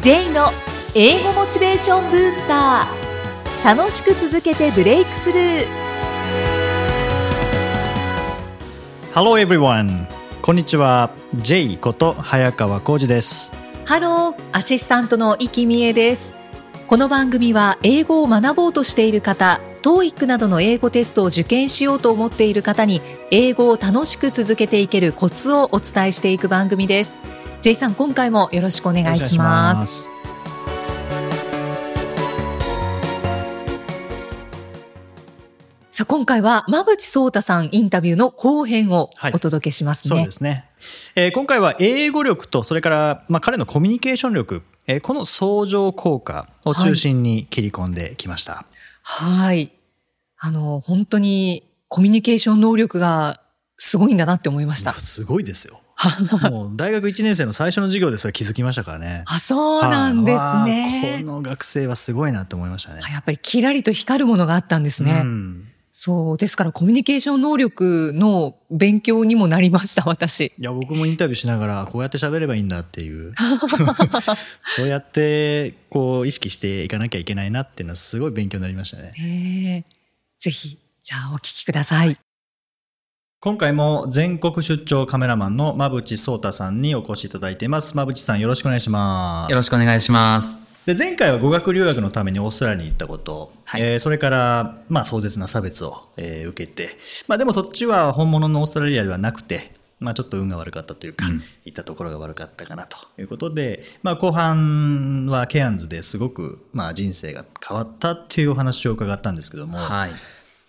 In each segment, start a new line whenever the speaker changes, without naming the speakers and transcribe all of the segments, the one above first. J の英語モチベーションブースター楽しく続けてブレイクスルー
Hello everyone! こんにちは。J こと早川浩二です。
ハローアシスタントの生きみえですこの番組は英語を学ぼうとしている方 TOEIC などの英語テストを受験しようと思っている方に英語を楽しく続けていけるコツをお伝えしていく番組です J さん今回もよろしくお願いし
お願
ま
い
す
し
さあ今回は馬淵聡太さんインタビューの後編を
はい
お届けしますね、
そうですね。えー今回は英語力と、それから、まあ、彼のコミュニケーション力、えーこの相乗効果を中心に切り込んできました。
はい。あの、本当にコミュニケーション能力がすごいんだなって思いました。
すごいです よ。もう大学1年生の最初の授業でそれ気づきましたからね。
あ、そうなんです
はいわあこ
ね。
の学生はすごいなと思いましたね。
あやっぱりキラリと光るものがあったんですね。
うん
そう。ですからコミュニケーション能力の勉強にもなりました、私。
いや僕もインタビューしながらこうやって喋ればいいんだっていうそうやってこう意識していかなきゃいけないなっていうのはすごい勉強になりましたね
へえぜひ、じゃあお聞きください。
今回も全国出張カメラマンの馬淵聡太さんにお越しいただいています馬淵さんよろしくお願いします
よろしくお願い
し
します。
ますで前回は語学留学のためにオーストラリアに行ったこと、
はい
えーそれから、まあ、壮絶な差別を、えー受けて、まあ、でもそっちは本物のオーストラリアではなくてまあ、ちょっと運が悪かったというか、
うん
いったところが悪かったかなということで、まあ、後半はケアンズですごく、まあ、人生が変わったっていうお話を伺ったんですけども、
はい。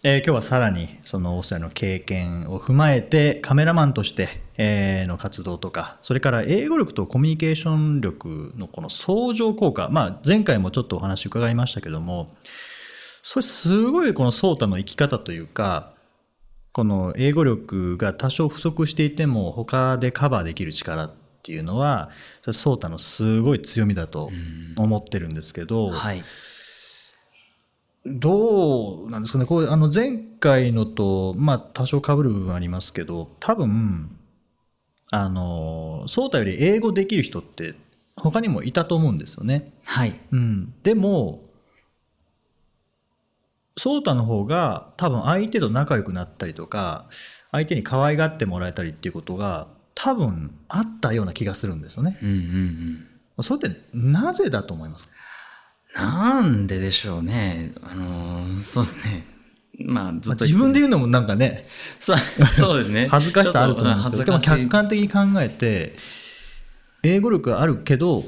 えー今日はさらにそのオーストラリアの経験を踏まえてカメラマンとして、えーの活動とかそれから英語力とコミュニケーション力のこの相乗効果、まあ、前回もちょっとお話伺いましたけどもそれすごいこのソータの生き方というかこの英語力が多少不足していても他でカバーできる力っていうのはそれソータのすごい強みだと思ってるんですけど、
はい。
どうなんですかね、これあの前回のと、まあ、多少被る部分ありますけど、多分あの、そうたより英語できる人って、他にもいたと思うんですよね。
はい。
うん、でも、ソータの方が多分相手と仲良くなったりとか相手に可愛がってもらえたりっていうことが多分あったような気がするんですよね。
うんうんうん。
それってなぜだと思いますか
なんででしょうね。あのーそうですね。まあ、ず
まあ
っと
自分で
で。
言うのもなんかね
そうそうですね。
恥ずかしさあると思うんですけど、
ち
で
ょ
も
っとうん
客
恥ずかしい
観的に考えて、英語力があるけど、で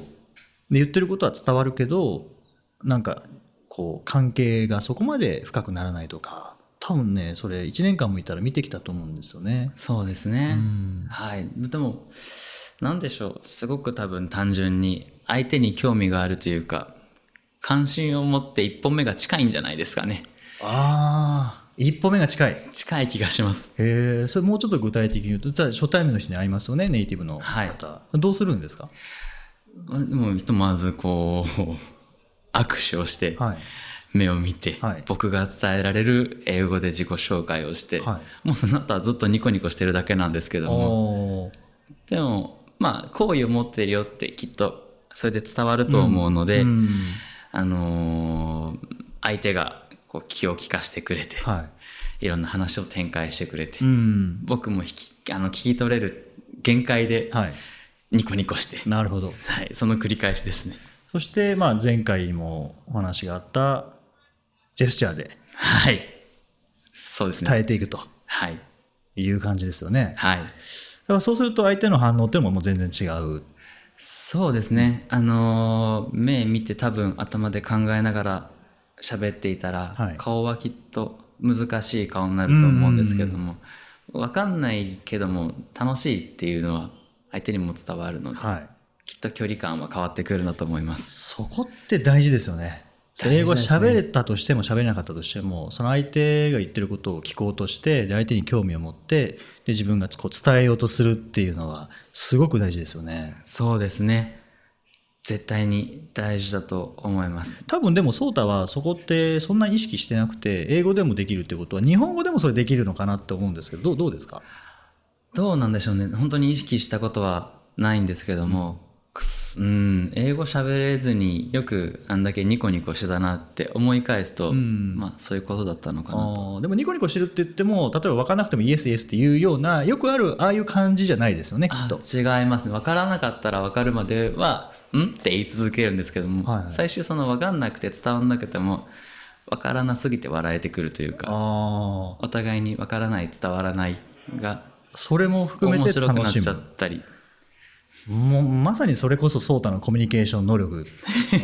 言ってることは伝わるけど、なんか、こう、関係がそこまで深くならないとか、多分ね、それ1年間もいたら見てきたと思うんですよね。
そうです
う
ね。
ん
はい。でも、なんでしょう。すごく多分単純に、相手に興味があるというか、関心を持って一本目が近いんじゃないですかね。
ああ、一歩目が近い。へ
近い気がします。
え、それもうちょっと具体的に言うと、じゃあ初対面の人に会いますよね、ネイティブの方。
はい
どうするんですか
でも、ひとまずこう、握手をして、
はい。
目を見て、
はい
僕が伝えられる英語で自己紹介をして、
は
もうその後はずっとニコニコしてるだけなんですけども
おー
でもまあ好意を持ってるよってきっとそれで伝わると思うので、
うん
あのー相手がこう気を利かしてくれて、、
はい
ろんな話を展開してくれて、
い。うん。
僕も引きあの聞き取れる限界で
はい。
ニコニコして、
なるほど。
はい、その繰り返しですね。
そして、まあ、前回もお話があったジェスチャーで
はいそうです
伝
ね
えていくと
はい
いう感じですよね。だ
はい
からそうすると相手の反応っていうのももう全然違う。
そうですね。あのー目見て多分頭で考えながら喋っていたら、
はい
顔はきっと難しい顔になると思うんですけども、わかんないけども楽しいっていうのは相手にも伝わるので、
はい。
きっと距離感は変わってくるんだと思います。
そこって大事ですよね。
大事ですね
英語喋れたとしても喋れなかったとしても、その相手が言ってることを聞こうとして、で相手に興味を持って、で自分がこう伝えようとするっていうのは、すごく大事ですよね。
そうですね。絶対に大事だと思います。
多分でも、ソータはそこってそんな意識してなくて、英語でもできるってことは、日本語でもそれできるのかなって思うんですけど、どうどうですか
どうなんでしょうね。本当に意識したことはないんですけども、くすうん、英語喋れずによくあんだけニコニコしてたなって思い返すと、
うん
まあそういうことだったのかなと。
あーでもニコニコしてるって言っても例えば分からなくてもイエスイエスっていうようなよくあるああいう感じじゃないですよねきっ
あ
と。
違いますね。分からなかったら分かるまでは、んって言い続けるんですけども、
はいはい
最終その分かんなくて伝わんなくても、分からなすぎて笑えてくるというか、
あ
お互いに分からない、伝わらないが、
ーそれも含め
面
て
白くなっ
楽し
ちゃっ
む
たり。
もうまさにそれこそソータのコミュニケーション能力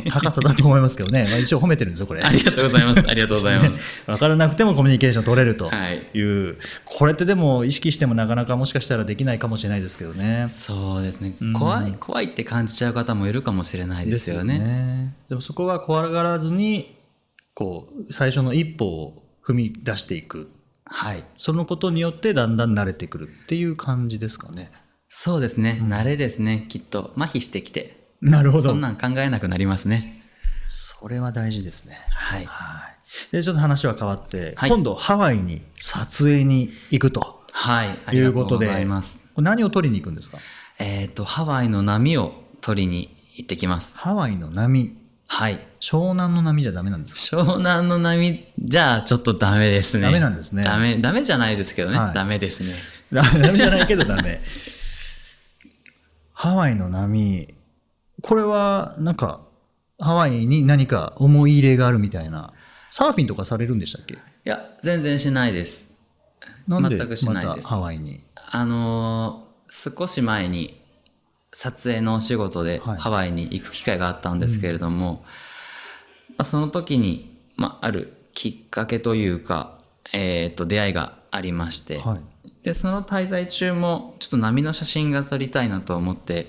の高さだと思いますけどねまあ一応褒めてるんですよこれ
ありがとうございます。ありがとうございます。
分からなくてもコミュニケーション取れると
はい
いう、これってでも意識してもなかなかもしかしたらできないかもしれないですけどね。
そうですね。怖い、怖いって感じちゃう方もいるかもしれないですよね。
でもそこは怖がらずにこう最初の一歩を踏み出していく
はい。
そのことによってだんだん慣れてくるっていう感じですかね。
そうですね。慣れですね。きっと。麻痺してきて。
なるほ
そ
ど
ん。なん考えなくなりますね。
それは大事ですね。
はい。
はい。で、ちょっと話は変わって、
はい
今度ハワイに撮影に行くと
はい。あ
い
りが
う
と
こ
う
と
ご
で、
ざいます。
これ何を撮りに行くんですか
えっ、と、ハワイの波を取りに行ってきます。
ハワイの波、
はい。
湘南の波じゃダメなんですか
湘南の波じゃあちょっとダメですね。
ダメなんですね
ダメ、ダメじゃないですけどね。
はい
ダメですね。
ダメダメじゃないけどダメ。ハワイの波、これはなんか、ハワイに何か思い入れがあるみたいな、サーフィンとかされるんでしたっけ
いや、全然しないです。
なんで
全くしない
ま
で
た
す
ハワイに。
あのー少し前に撮影のお仕事で
はい
ハワイに行く機会があったんですけれども、まあ、その時に、まあ、あるきっかけというか、えー、と出会いがありまして、
はい。
でその滞在中もちょっと波の写真が撮りたいなと思って、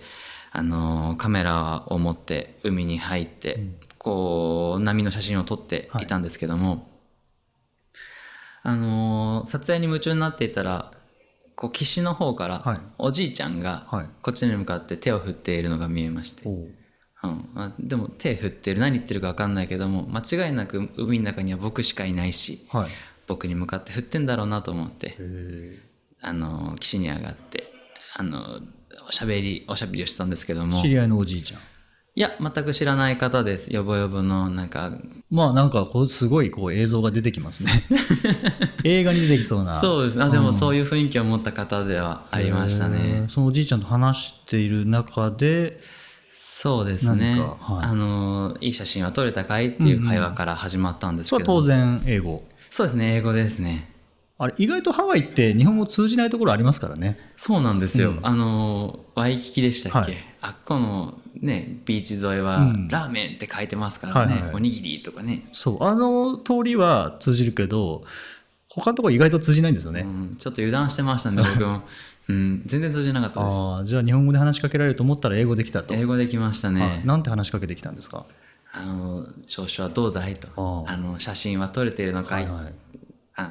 あのーカメラを持って海に入って、こう波の写真を撮っていたんですけども、あのー撮影に夢中になっていたらこう岸の方から、
はい
おじいちゃんが
はい
こっちに向かって手を振っているのが見えまして、うん、あでも手振ってる何言ってるか分かんないけども間違いなく海の中には僕しかいないし
はい。
僕に向かって振ってんだろうなと思って
へー
あの岸に上がってあのおしゃべりおしゃべりをしてたんですけども
知り合いのおじいちゃん。
いや全く知らない方ですよぼよぼのなんか
まあなんかこうすごいこう映像が出てきますね。 映画に出てきそうな。
そうですあでもそういう雰囲気を持った方ではありました
へ
ね
ーそのおじいちゃんと話している中で、
そうです
な
ね、
んかはい
あのいい写真は撮れたかいっていう会話から始まったんです
そ
け
れは
ど、
当然英語。
そうですね英語ですね
あれ、意外とハワイって日本語通じないところありますからね。
そうなんですよ、あのワイキキでしたっけ、
はい
あっこのねビーチ沿いは、
うん
ラーメンって書いてますからね、
はいはい
おにぎりとかね
そう、あの通りは通じるけど、他のところ意外と通じないんですよね。
うん、ちょっと油断してました んで、僕も。うん、全然通じなかったです。
ああ、じゃあ日本語で話しかけられると思ったら英語できたと。
英語できました
はい
ね。
なんて話しかけてきたんですか
あの、調子はどうだいと。
ああ
あの、写真は撮れてるのかい、
はい。
あ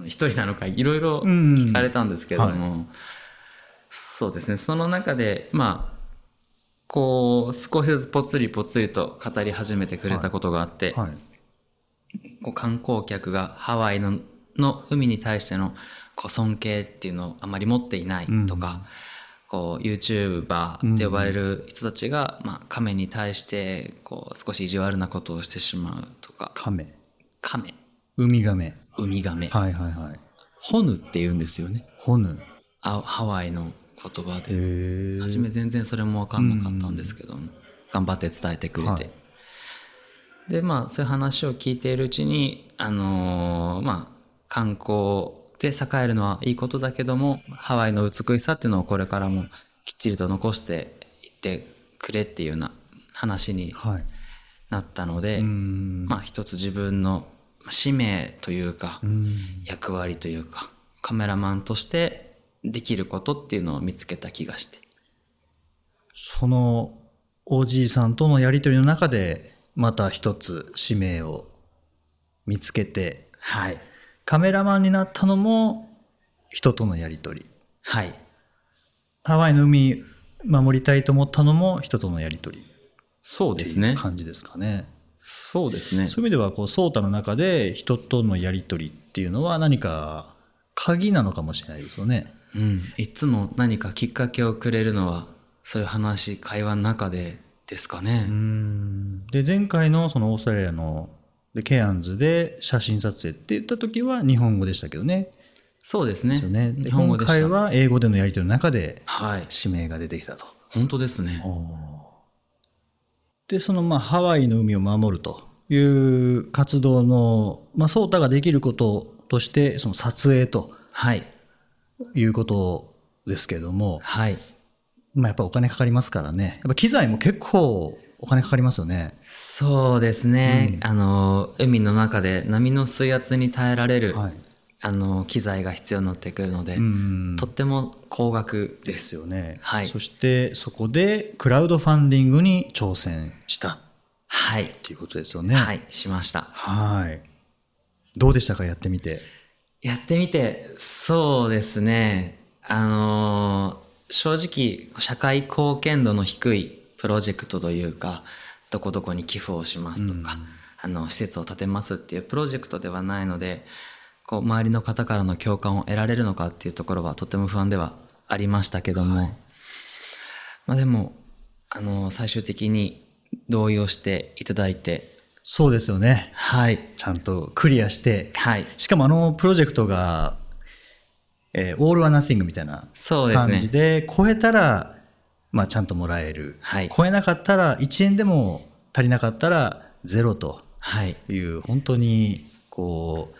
の、一人なのかい、いろいろ
うん
聞かれたんですけれども、そうですね、その中で、まあ、こう、少しずつぽつりぽつりと語り始めてくれたことがあって、
はい。
こう観光客がハワイのの海に対してのこう尊敬っていうのをあまり持っていないとか、こう YouTuber って呼ばれる人たちが、まあ、亀に対してこう少し意地悪なことをしてしまうとか
カメ。
亀
ウミガメ。
ウミガメ、
はいはいはい。
ホヌって言うんですよね
ホヌ。
あハワイの言葉
へ
で
え。
初め全然それも分かんなかったんですけども、頑張って伝えてくれて、
はい
でまあそういう話を聞いているうちにあのーまあ観光で栄えるのはいいことだけどもハワイの美しさっていうのをこれからもきっちりと残していってくれっていうような話に
はい。
なったので、
うん。
まあ一つ自分の使命というか、
うん
役割というかカメラマンとしてできることっていうのを見つけた気がして
そのおじいさんとのやりとりの中で、また一つ使命を見つけて、
はい
カメラマンになったのも人とのやりとり。
はい
ハワイの海守りたいと思ったのも人とのやり取り
そうです
っていう
ね
感じですかね。
そうですね
そういう意味ではこうソータの中で人とのやり取りっていうのは何か鍵なのかもしれないですよね。
うんいつも何かきっかけをくれるのはそういう話会話の中でですかね。
うんで前回のそのオーストラリアのでケアンズで写真撮影って言った時は日本語でしたけどね。
そうですね。
ですよねで
日本語でした。
今回は英語でのやり取りの中で
はい。
指名が出てきたと。
本当ですね。
でそのまあハワイの海を守るという活動の、まあ、ソータができることとしてその撮影と
はい。
いうことですけども、
はい。
まあ、やっぱお金かかりますからねやっぱ機材も結構お金かかりますよね。
そうですね。あの、海の中で波の水圧に耐えられる、
はい
あの、機材が必要になってくるので、
うん
とっても高額で。
ですすよね、
はい
そしてそこでクラウドファンディングに挑戦したっ
はい。
ていうことですよね。
はい、しました。
はいどうでしたかやってみて。
やってみて、そうですね。あのー正直、社会貢献度の低いプロジェクトというか、どこどこに寄付をしますとか、あの、施設を建てますっていうプロジェクトではないので、こう、周りの方からの共感を得られるのかっていうところはとても不安ではありましたけども、まあでも、あのー最終的に同意をしていただいて、
そうですよね
はい、
ちゃんとクリアして
はい、
しかもあのプロジェクトが、えー、オール・ア・ナッシングみたいな
そうですね
感じで超えたら、まあ、ちゃんともらえる、
はい
超えなかったら1円でも足りなかったらゼロと
はい。
いう本当にこう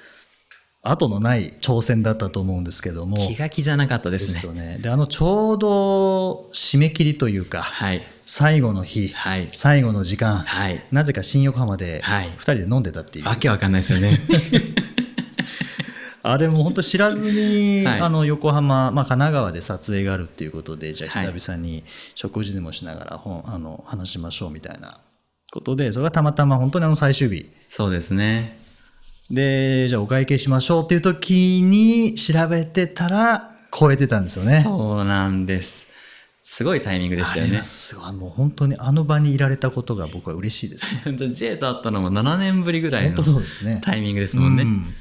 後のない挑戦だったと思うんですけども
気が気じゃなかった
で
で
すす
ね。
よねであのちょうど締め切りというか、
はい。
最後の日、
はい
最後の時間、
はい。
なぜか新横浜で
はい
2人で飲んでたっていう、
わけわかんないですよね。
あれも本当知らずに、
はい
あの横浜、まあ、神奈川で撮影があるっていうことでじゃあ
はい
久々に食事でもしながら本あの話しましょうみたいなことでそれがたまたま本当にあの最終日
そうですね。
でじゃあお会計しましょうっていう時に調べてたら超えてたんですよね。
そうなんです。すごいタイミングでしたよ
あれ
ね
は。すごいもう本当にあの場にいられたことが僕は嬉しいですね。
本当 J と会ったのも7年ぶりぐらい
本
の
当そうですね。
タイミングですもんね。
うん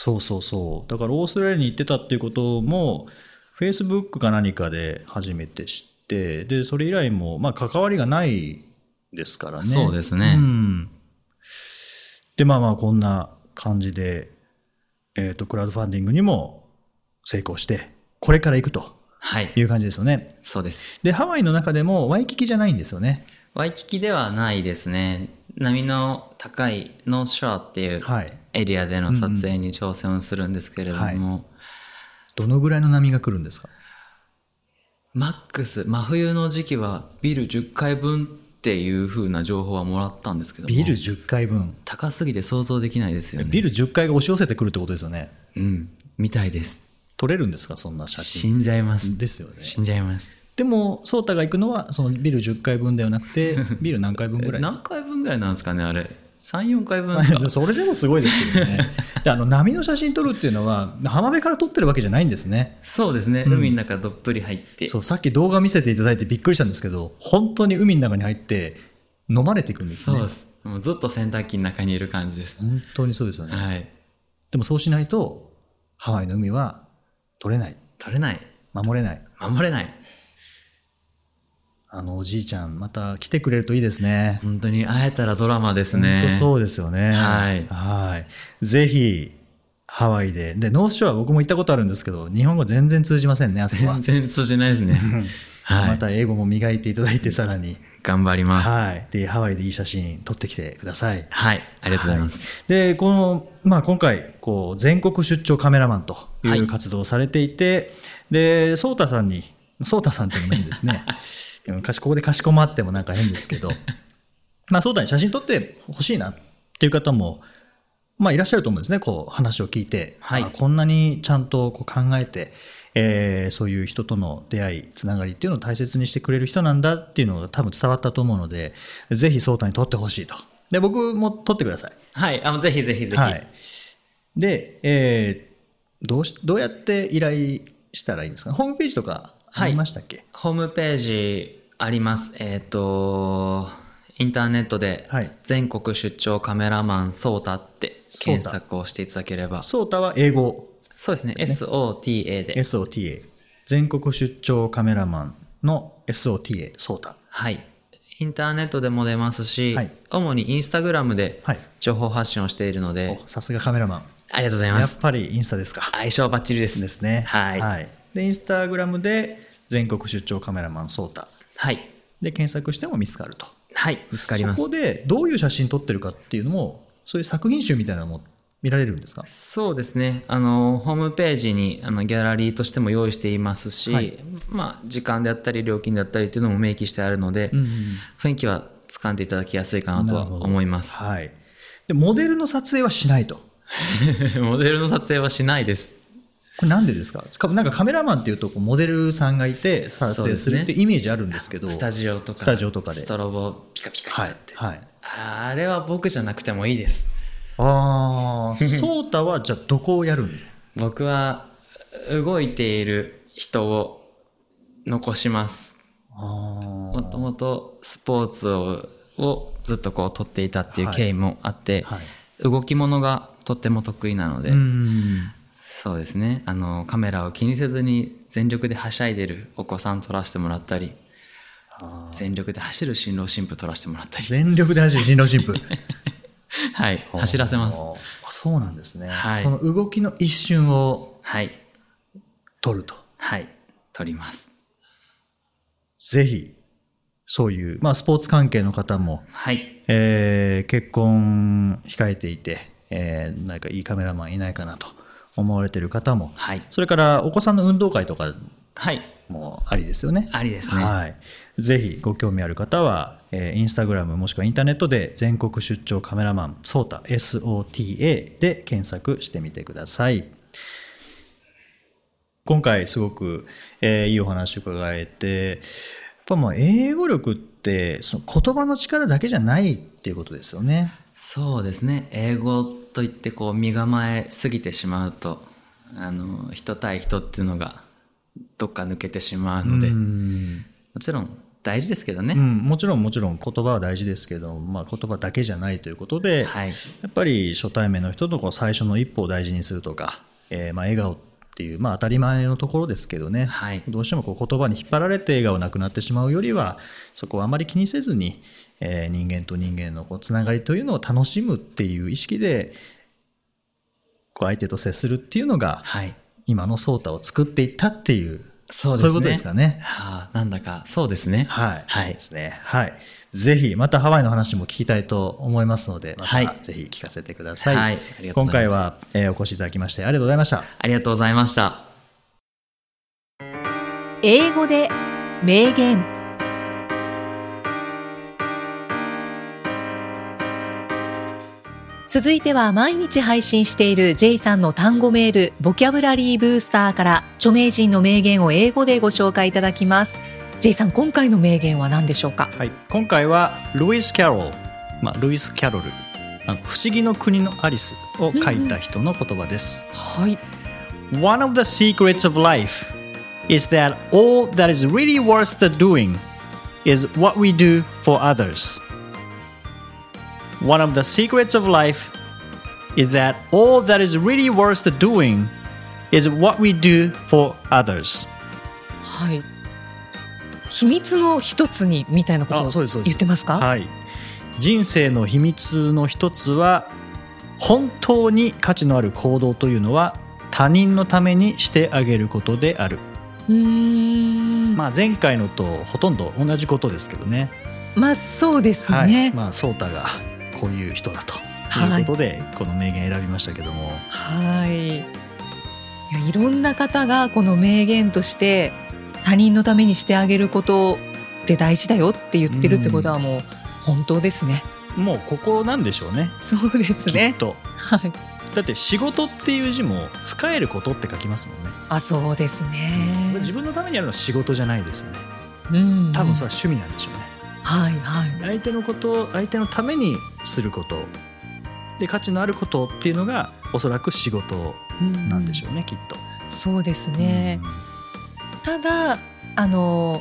そうそうそうだからオーストラリアに行ってたっていうこともフェイスブックか何かで初めて知ってでそれ以来もまあ関わりがないですからね
そうですね
うんでまあまあこんな感じで、えー、とクラウドファンディングにも成功してこれから行くと
はい
い。う感じですよね
そうです。
でハワイの中でもワイキキじゃないんですよね
ワイキキではないですね。波の高いノースショアっていう
はい
エリアでの撮影に挑戦をするんですけれども、
うんうどのぐらいの波が来るんですか
マックス、真冬の時期はビル10回分っていう風な情報はもらったんですけども
ビル10階分
高すぎて想像できないですよね。
ビル10階が押し寄せてくるってことですよね
うん、みたいです。
撮れるんですかそんな写
死
真
んじゃいます。
ですよね
死んじゃいます。
でも颯太が行くのはそのビル10階分ではなく てビル何階分ぐらいで
何
すか
回分ぐらいなんですかね、あれ。3、4回 分
それでもすごいですけど ねであの波の写真撮るっていうのは浜辺から撮ってるわけじゃないんですね
そうですね、海の中どっぷり入って。
そ
そう
さっき動画見せていただいてびっくりしたんですけど本当に海の中に入って飲まれていくんですね
うです。もうずっと洗濯機の中にいる感じです。
本当にそうですよね、
はい。
でもそうしないとハワイの海は撮れない
取れない。
守れない
守れない。
あのおじいちゃんまた来てくれるといいですね
本当に会えたらドラマですね。
本当そうですよね。
はい
はいぜひ、ハワイで。で、ノースショア僕も行ったことあるんですけど、日本語全然通じませんね、あそこは
全。然通じないですね。は
ま
い。
た英語も磨いていただいて、さらに。
頑張ります。はい。
はい。で、ハワイでいい写真撮ってきてください。
ありがとうございます。
はいで、この、まあ、今回、こう、全国出張カメラマンとい
は
う
い
活動をされていて、で、ソータさんに、ソータさんっていうのもいいんです ね。うんかしここでかしこまってもなんか変ですけど、まあ、ソータに写真撮ってほしいなっていう方も、まあ、いらっしゃると思うんですね、こう、話を聞いて。
はい
あこんなにちゃんとこう考えて、えーそういう人との出会い、つながりっていうのを大切にしてくれる人なんだっていうのが多分伝わったと思うので、ぜひソータに撮ってほしいと。で、僕も撮ってください。
はい。あ、もうぜひぜひぜひ。
はい、で、えーどうしどうやって依頼したらいいんですかホームページとかありましたっけ、
ホームページあります。えっ、と、インターネットで、
はい
全国出張カメラマンソータって
ソータ
検索をしていただければ。
ソータは英語
そうですね、SOTA で。
SOTA 全国出張カメラマンの SOTA ソータ
はい。インターネットでも出ますし、
はい
主にインスタグラムで
はい
情報発信をしているので、
おさすがカメラマン。
ありがとうございま
やっ
す。
ぱりインスタですか。
相性バッチリです。
ですね。
はい。はい。
で、インスタグラムで全国出張カメラマンソータ
はい。
で検索しても見つかると。
見つかります。
そこでどういう写真撮ってるかっていうのも、そういう作品集みたいなのも見られるんですか
そうですね。あの、ホームページにあのギャラリーとしても用意していますし、
はい
まあ、時間であったり、料金であったりっていうのも明記してあるので、
うん
雰囲気は掴んでいただきやすいかなと
な
は
るほど
思います。
はい。で、モデルの撮影はしないと。
モデルの撮影はしないです。
これなんでですかかなんかカメラマンっていうと、こうモデルさんがいて撮
そう
影
ですす
る
ね
ってイメージあるんですけど。
スタジオとか、
スタジオとかで
ストロボピカピカ
は
光
い
っ。て、
はい。
あれは僕じゃなくてもいいです。
ああ、 ソータはじゃあどこをやるんですか
僕は動いている人を残します。
あ
もともとスポーツををずっとこう撮っていたっていう
はい
経緯もあって、
はい
動き物がとっても得意なので、
ーうん
そうですねあのカメラを気にせずに全力ではしゃいでるお子さん撮らせてもらったり
あー
全力で走る新郎新婦撮らせてもら ったり、
全力で走る新郎新婦
はい、 走らせます
あそうなんですね、
はい
その動きの一瞬を
はい
取ると
はい撮ります
ぜひそういう、まあ、スポーツ関係の方も、
はい
えー結婚控えていて、えーなんかいいカメラマンいないかなと思われてる方も
はい
それからお子さんの運動会とか
はい
もありですよね
ありですね
はい、ぜひご興味ある方は、えー、インスタグラムもしくはインターネットで全国出張カメラマン SOTA SOTA で検索してみてください今回すごく、えーいいお話伺えてやっぱもう英語力ってその言葉の力だけじゃないっていうことですよね
そうですね英語といってこう身構えすぎてしまうとあの人対人っていうのがどっか抜けてしまうので、
う
も
ん
ちろん大事ですけどね、
うん、もちろんもちろん言葉は大事ですけど、まあ、言葉だけじゃないということで、
はい
やっぱり初対面の人とこう最初の一歩を大事にするとか、えーまあ笑顔っていう、まあ、当たり前のところですけどね、
はい
どうしてもこう言葉に引っ張られて笑顔なくなってしまうよりはそこをあまり気にせずに、えー人間と人間のこうつながりというのを楽しむっていう意識でこう相手と接するっていうのが
はい
今のソータを作っていったっていう
そうですね
そういうことですかね。
はあ、なんだかそうですね
はい。
はい
ですね。はい。ぜひ、またハワイの話も聞きたいと思いますので、ま
は
た
い
ぜひ聞かせてください。
はいありがと
今
うござい
回
ます
は、えーお越しいただきましてありがとうございました。
ありがとうございました
英語で名言続いては毎日配信している J さんの単語メールボキャブラリーブースターから著名人の名言を英語でご紹介いただきます J さん今回の名言は何でしょうか
はい。今回は、ルイス・キャロル。まあ、ルイス・キャロル。不思議の国のアリスを
書いた
人の言葉です。
はい
One of the secrets of life is that all that is really worth the doing is what we do for others. One of the secrets of life is that all that is really worth the doing is what we do for others.
はい秘密の一つにみたいなこと
あそう
を
ですそうで
言
す
ってますか
はい、人生の秘密の一つは本当に価値のある行動というのは他人のためにしてあげることである。
うーんま
まあ、前回のとほとんど同じことですけどね。
あそうです
はい、
ね
まあソータがこういう人だと。
はい
いうことでこの名言選びましたけども、
はい。いやいろんな方がこの名言として他人のためにしてあげることって大事だよって言ってるってことはもう本当ですね。
もうここなんでしょうね。
そうですね
きっ。と。
はい。
だって仕事っていう字も使えることって書きますもんね。
あ、そうですね。
自分のためにやるのは仕事じゃないですよね。
うん、
多分それは趣味なんでしょうね。
はいはい。
相手のことを相手のためにすることで価値のあることっていうのがおそらく仕事なんでしょうね、きっと。
うん。そうですね。ただあの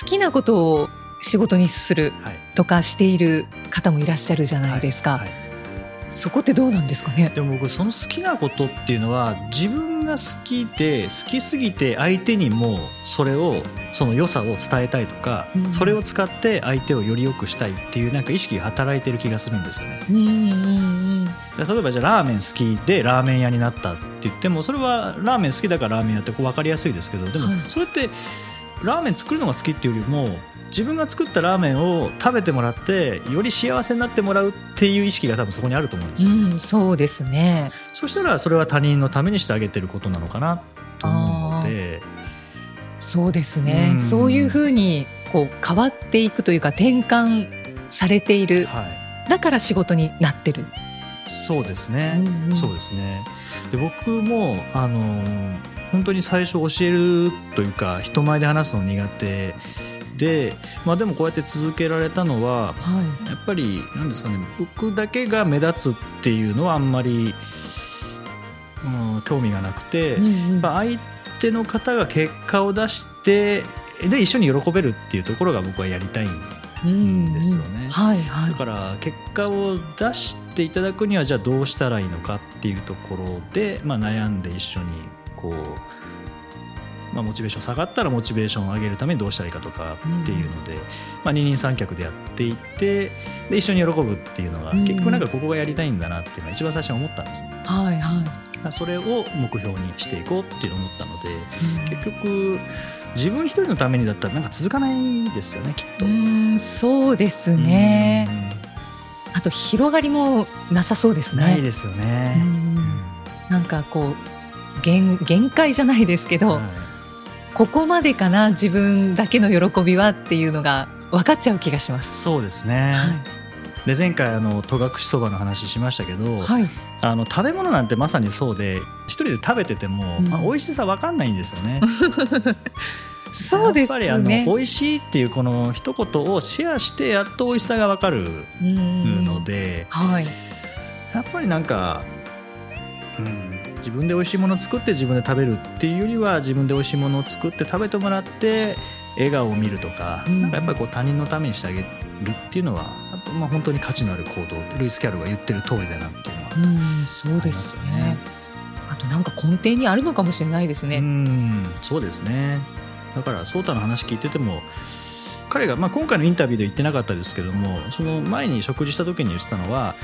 好きなことを仕事にする
うんはい
とかしている方もいらっしゃるじゃないですか。
はい
そこってどうなんですかね
でも僕その好きなことっていうのは自分が好きで好きすぎて相手にもそれをその良さを伝えたいとか、
うん
それを使って相手をより良くしたいっていうなんか意識が働いてる気がするんですよね
うんうんうん
だから例えばじゃあラーメン好きでラーメン屋になったって言ってもそれはラーメン好きだからラーメン屋ってこう分かりやすいですけどでも
はい
それってラーメン作るのが好きっていうよりも自分が作ったラーメンを食べてもらってより幸せになってもらうっていう意識が多分そこにあると思うんですよね
うん、そうですね。
そしたらそれは他人のためにしてあげてることなのかなと思うので
そうですね。
うん
そういうふうにこう変わっていくというか転換されている。
は
だから仕事になってる。
い、そうですね、
うんうん
そうですねで僕もあのー本当に最初教えるというか人前で話すの苦手で、まあ、でもこうやって続けられたのは
は
やっぱりなんですかね僕だけが目立つっていうのはあんまり、うん、興味がなくて、
い。うんうん
まあ相手の方が結果を出してで一緒に喜べるっていうところが僕はやりたいんですよね
うんうんはいはい
だから結果を出していただくにはじゃあどうしたらいいのかっていうところで、まあ、悩んで一緒にこう、まあ、モチベーション下がったらモチベーションを上げるためにどうしたらいいかとかっていうので、まあ、二人三脚でやっていってで一緒に喜ぶっていうのが
うん
結局なんかここがやりたいんだなっていうのが一番最初に思ったんですね
はいはい。
だからそれを目標にしていこうっていうのを思ったので。
うん
結局自分一人のためにだったらなんか続かないですよねきっと。
うん、そうですね。
う
あと広がりもなさそうです
ん
ね。
ないですよ
う
ね。
んなんかこう限限界じゃないですけ
うん
ど、
はい
ここまでかな自分だけの喜びはっていうのが分かっちゃう気がします。
そうですね、
は
で前回あの戸隠そばの話しましたけど、
い、はい、
あの食べ物なんてまさにそうで一人で食べてても、
うん
まあ、美味しさわかんないんですよね。
そうですね。
やっぱりあの美味しいっていうこの一言をシェアしてやっと美味しさがわかる
うん
ので、
はい、
やっぱりなんか、うん、自分で美味しいものを作って自分で食べるっていうよりは自分で美味しいものを作って食べてもらって笑顔を見るとか,、
うん
なんかやっぱりこう他人のためにしてあげるっていうのはやっぱまあ本当に価値のある行動ってルイス・キャロルが言ってる通りだなっていうのは。
うん、そうですね。
ありますよね
あとなんか根底にあるのかもしれないです
う
ね。
んそうですねだからソータの話聞いてても彼が、まあ、今回のインタビューで言ってなかったですけどもその前に食事した時に言ってたのは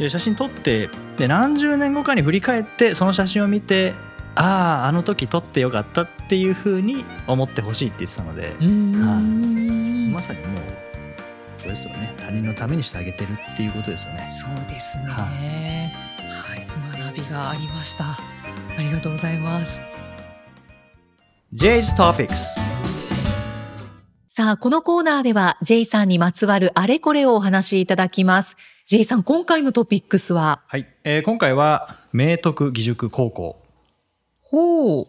で写真撮ってで何十年後かに振り返ってその写真を見てあああの時撮ってよかったっていうふうに思ってほしいって言ってたので
う、ん、
まさにもうそうですよね他人のためにしてあげてるっていうことですよね。
そうですね。
は
はい、学びがありました。ありがとうございます。
J's Topics
さあ、このコーナーでは J さんにまつわるあれこれをお話しいただきます。J さん、今回のトピックスは、
はい、えー今回は明徳義塾高校、
ほう。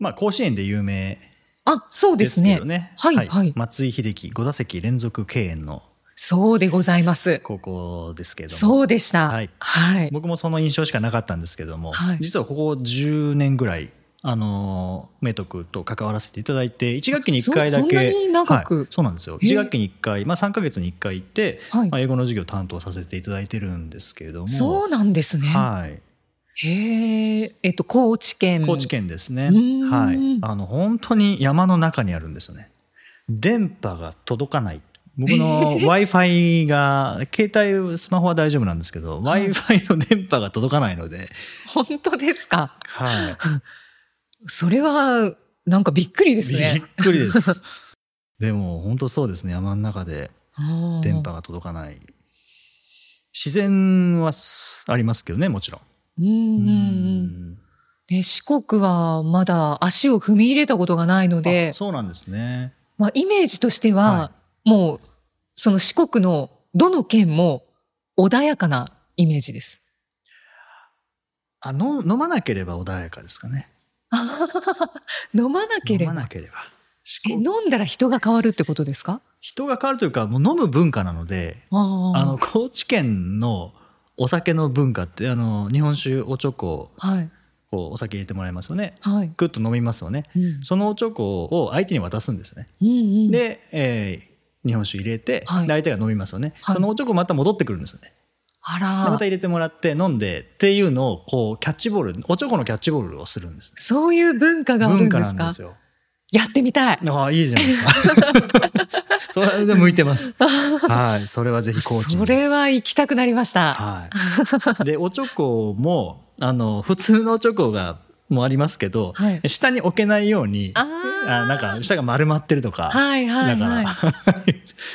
まあ、甲子園で有名
あ、そうで
ですすけ
ね。
どね。
はいはい
松井秀喜5打席連続敬遠の
そうでございます。
高校ですけども。
そうでした。
はい
はい。
僕もその印象しかなかったんですけども、
はい
実はここ10年ぐらい、あのー、明徳と関わらせていただいて、1学期に1回
そ
だけ。
そんなに長く
はいそうなんですよ。
へえ
1学期に1回、まあ3ヶ月に1回行って、
はい
まあ、英語の授業を担当させていただいてるんですけれども。
そうなんですね。
はい。
へえ。えっと、高知県。
高知。県ですね、
うん
はい、あの本当に山の中にあるんですよね電波が届かない僕の w i f i が携帯スマホは大丈夫なんですけど w
はい
i f i の電波が届かないので、
本当ですか。
はい、
それは、なんかびっくりですね
びっ。くりですでも本当そうですね山の中で
うん
電波が届かない自然はありますけどねもちろん
うんうんうん。ね、四国はまだ足を踏み入れたことがないので
あ、そうなんですね
まあ、イメージとしては、
は
もう、その四国のどの県も穏やかなイメージです。
あの飲まなければ穏やかですかね
飲まなけれ
飲ま
ば。
なければ
え、飲んだら人が変わるってことですか
人が変わるというかもう飲む文化なので、
あ
あの高知県のお酒の文化ってあの日本酒おちょこを
はい、
こうお酒入れてもらいますよね
はい。
グッと飲みますよね
うん、
そのおちょこを相手に渡すんですね、
うんうん、
で、えー日本酒入れて、
はい
で相手が飲みますよね、
はい
そのおちょこまた戻ってくるんですよね
あ
でまた
ら、
入れてもらって飲んでっていうのをこうキャッチボールおちょこのキャッチボールをするんです
そういう文化があるん
文化
で
な
す
ん
か
ですよ
やってみたい。
ああいいじゃないですかそれで向い てますはいそれはぜひコーチに
それは行きたくなりました。
はい、でおちょこもあの普通のおちょこがもありますけど、
はい
下に置けないように
あ
あ
ー
なんか下が丸まってるとか、
はいはいはい
だ。 から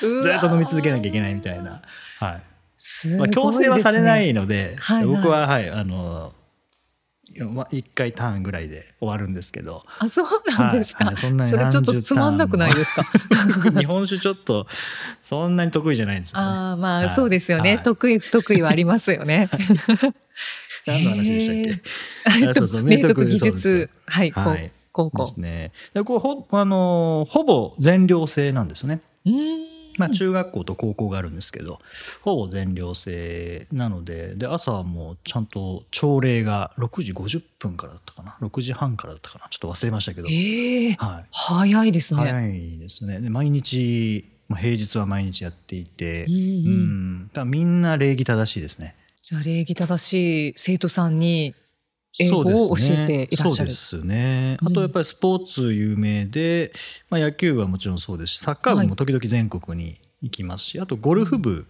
ずっと飲み続けなきゃいけないみたいな、はいまあ、強制はされ
う
な
わー。
いので
はいはい
僕は、はい、あの1回ターンぐらいで終わるんですけど
すごいですねあ、そうなんですか。
はいはいそんなに
それちょっとつまんなくない ですか。
日本酒ちょっとそんなに得意じゃないんですよね。
ああ、ま
は
あ
い
そうですよね。
はい
得意不得意はありますよね。
何の話でしたっけ
えー
あそうそう
明徳義
そうですよ
塾はい、こう
はい
高校
で。すね。でこうほあのーほぼ全寮制なんですよね。
うーん
まあ、中学校と高校があるんですけど、ほぼ全寮制なのでで朝はもうちゃんと朝礼が6時50分からだったかな6時半からだったかなちょっと忘れましたけど、
ええ
は
早いで
い、
すね。
早いですねで毎日まあ平日は毎日やっていて、
うんうん
うんただみんな礼儀正しいですね。
じゃあ礼儀正しい生徒さんに英語を教えていらっしゃる
そうですね。
うん
あとやっぱりスポーツ有名で、まあ、野球部はもちろんそうですしサッカー部も時々全国に行きますし、あとゴルフ部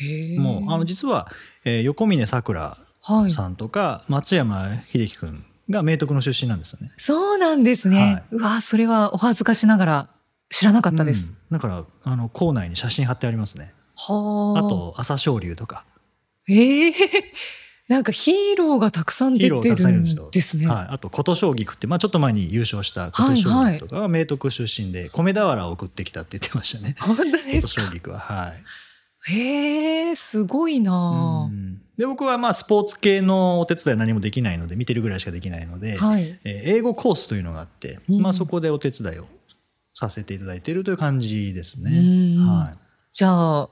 ええ
も、あの実は、えー横峯さくら
はい。
さんとか松山英樹君が明徳の出身なんですよね。
そうなんですね。
はいう
わ、それはお恥ずかしながら知らなかったです。
うんだからあの校内に写真貼ってありますね。
は
あ
あ。
と朝青龍とか
ええ なんかヒーローがたくさん
ヒー
出
ロー
て
がたくさんい
る
る
ん
んですよ。
ですね。
はい、あと琴将棋区って、まあ、ちょっと前に優勝した琴将棋とかは明徳出身で、米俵を送ってきたって言ってましたね。
本当で
琴
す
将
か。
棋区ははい。
へえ、すごいな
う
あ。
んで僕はまあスポーツ系のお手伝いは何もできないので見てるぐらいしかできないので、
はい。
えー英語コースというのがあって、
うん
まあ、そこでお手伝いをさせていただいているという感じですね。
うん
はい
じゃあ、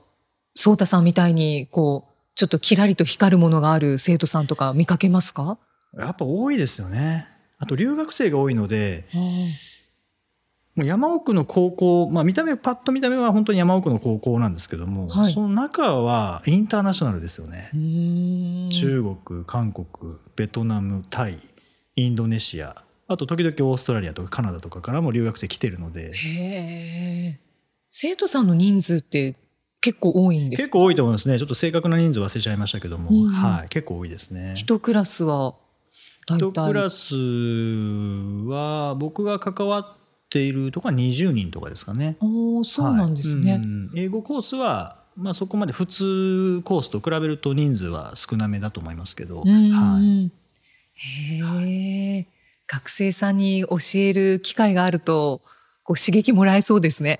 ソ太さんみたいに、こう、ちょっとキラリと光るものがある生徒さんとか見かけますか。
やっぱ多いですよね。あと留学生が多いので
は
もう山奥の高校、まあ、見た目パッと見た目は本当に山奥の高校なんですけども、
はい
その中はインターナショナルですよね。
い。
中国韓国ベトナムタイインドネシアあと時々オーストラリアとかカナダとかからも留学生来てるので。
へえ。生徒さんの人数って結構多いんです
結
か。
構多いと思いますね。ちょっと正確な人数忘れちゃいましたけども、
うん
はい、結構多いですね。
一クラスは。大
一ク
体
ラスは僕が関わっているとこは20人とかですかね。
おお、そうなんです
はいう
ね。
ん英語コースはまあそこまで普通コースと比べると人数は少なめだと思いますけど、
うん
はい、
へえ。学生さんに教える機会があると、こう刺激もらえそうですね。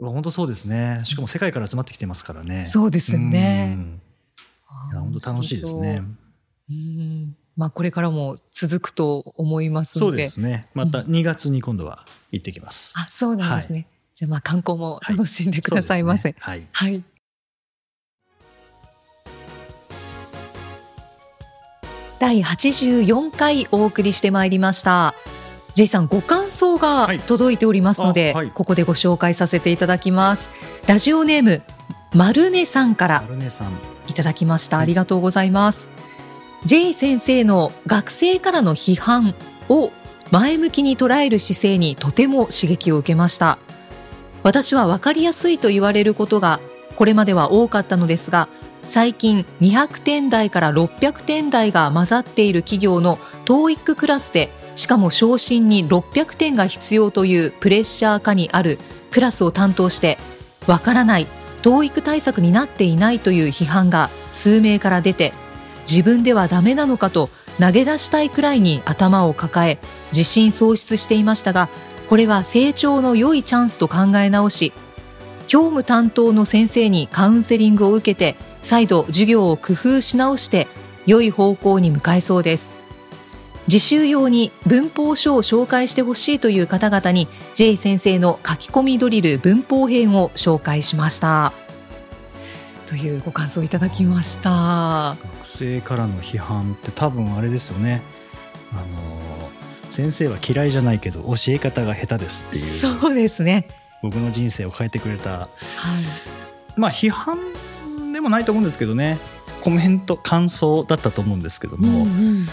本当そうですね。しかも世界から集まってきてますからね。
そうですよね
うん。いや本当楽しいですね。
うんまあ、これからも続くと思います
そ
の
う
で。
ですね。また2月に今度は行ってきます。
あ、そうなんですね。じゃあ、まあ、観光も楽しんでくださいませ。
そうですねはい。
はい。第84回お送りしてまいりました。J さんご感想が
はい
届いておりますので、
あはい
ここでご紹介させていただきます。ラジオネームマルネさんから
マルネさん。
いただきました。
はい
ありがとうございます。J 先生の学生からの批判を前向きに捉える姿勢にとても刺激を受けました。私は分かりやすいと言われることがこれまでは多かったのですが、最近200点台から600点台が混ざっている企業の TOEIC クラスで、しかも昇進に600点が必要というプレッシャー下にあるクラスを担当して、わからない、教育対策になっていないという批判が数名から出て自分ではダメなのかと投げ出したいくらいに頭を抱え自信喪失していましたがこれは成長の良いチャンスと考え直し教務担当の先生にカウンセリングを受けて再度授業を工夫し直して良い方向に向かえそうです自習用に文法書を紹介してほしいという方々に J 先生の書き込みドリル文法編を紹介しましたというご感想いただきました
学生からの批判って多分あれですよねあの先生は嫌いじゃないけど教え方が下手ですっていう
そうですね
僕の人生を変えてくれた
はい
まあ批判でもないと思うんですけどねコメント感想だったと思うんですけど
うんう
も、
ん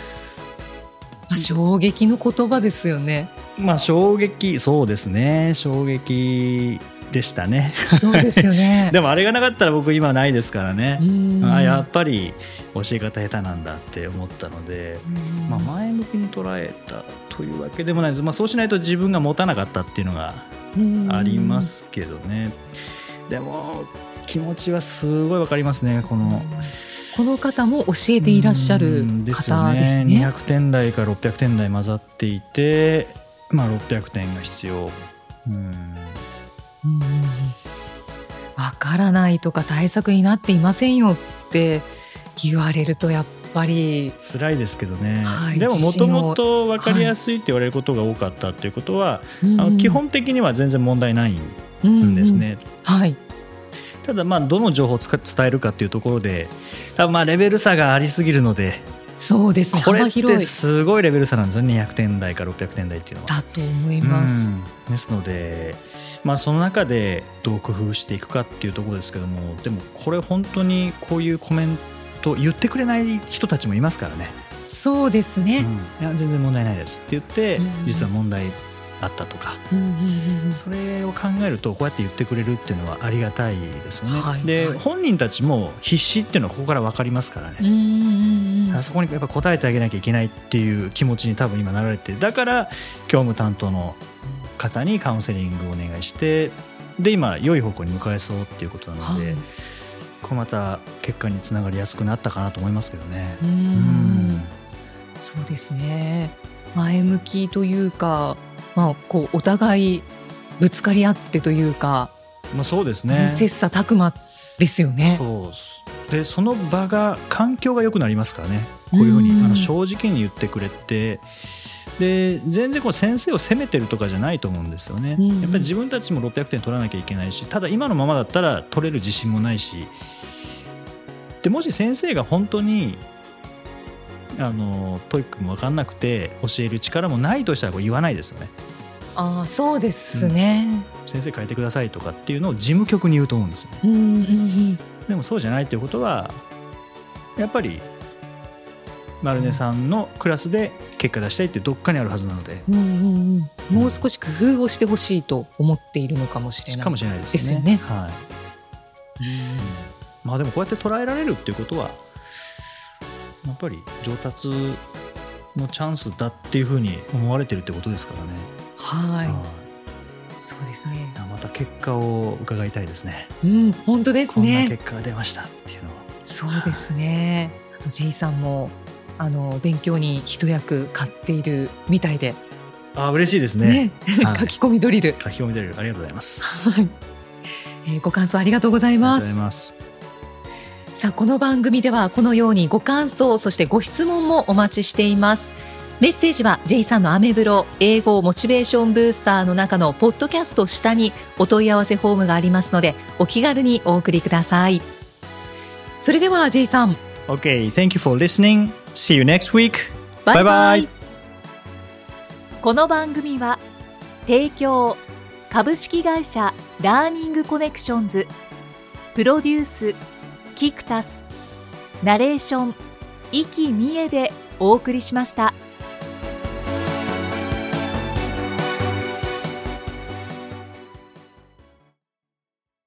あ衝撃の言葉ですよ ね。
まあ衝撃そうですね衝撃でし たね
そうですよね。
でもあれがなかったら僕今ないですからね、
うん
あやっぱり教え方下手なんだって思ったので、
うん
まあ、前向きに捉えたというわけでもないです、まあ、そうしないと自分が持たなかったっていうのが
うん
ありま。すけどね、でも気持ちはすごいわかりますねこの
この方も教えていらっしゃる
うんですよ
方です
ね
ね。
200点台から600点台混ざっていて、まあ、600点が必要うん
うんうんうんわからないとか対策になっていませんよって言われるとやっぱり
辛いですけどね、
はい
でもも
自
と
信を
もと分かりやすいって言われることが多かったっていうことは、あ
う
の
ん
基本的には全然問題ないん
うん
ですね、
はい。
ただまあどの情報をつか伝えるかっていうところで多分まあレベル差がありすぎるので
そうですね。
これ
幅
って
広い
すごいレベル差なんですよね200点台から600点台っていうのは。
だと思います。
うんですので、まあ、その中でどう工夫していくかっていうところですけどもでもこれ本当にこういうコメント言ってくれない人たちもいますからね、
そうです
うん
ね。
いや全然問題ないですって言って、
うん
実は問題あったとか、
うんうんうん
それを考えるとこうやって言ってくれるっていうのはありがたいですよね。
はい
で、
はい
本人たちも必死っていうのはここから分かりますからね。
うんうんうん
あそこにやっぱ答えてあげなきゃいけないっていう気持ちに多分今なられてだから教務担当の方にカウンセリングをお願いしてで今良い方向に向かえそうっていうことなの
は
で、
い
こうまた結果につながりやすくなったかなと思いますけどね。
う
うんん
そうですね前向きというか、まあ、こうお互いぶつかり合ってというか、
まあ、そうです
ね
ね
切磋琢磨ですよね。
そうっすでその場が環境が良くなりますからねこういうふうに
うん
あの正直に言ってくれてで全然こう先生を責めてるとかじゃないと思うんですよね、
うん
やっぱり自分たちも600点取らなきゃいけないしただ今のままだったら取れる自信もないしでもし先生が本当にあのトイックも分かんなくて教える力もないとしたらこれ言わないですよね
ああそうですね。
先生変えてくださいとかっていうのを事務局に言うと思うんですよね
うんうんうん
でもそうじゃないということはやっぱり丸根さんのクラスで結果出したいってどっかにあるはずなので、
うんうんうんもう少し工夫をしてほしいと思っているのかもしれない。
かもしれないですね。
ですよね
は
う
い
ん
まあ、でもこうやって捉えられるっていうことはやっぱり上達のチャンスだっていうふうに思われてるってことですからね。
は
はい
い、そうですね。
また結果を伺いたいですね。
うん、本当です
こんな
ね。
結果が出ましたっていうのは。
そうですね。あと J さんもあの勉強に一役買っているみたいで
あ嬉しいですね。
ね、
はい
書き込みドリル、
書き込み出るありがとうございます。
はいえーご感想ありがとうござい
ありがと
ま
う
す
ございます。
さあこの番組ではこのようにご感想そしてご質問もお待ちしていますメッセージは J さんのアメブロ英語モチベーションブースターの中のポッドキャスト下にお問い合わせフォームがありますのでお気軽にお送りくださいそれでは J さん
Okay, thank you for listening. See you next week.
バイバイ
バイバイ
この番組は提供株式会社ラーニングコネクションズプロデュースキクタスナレーション生きみえでお送りしました。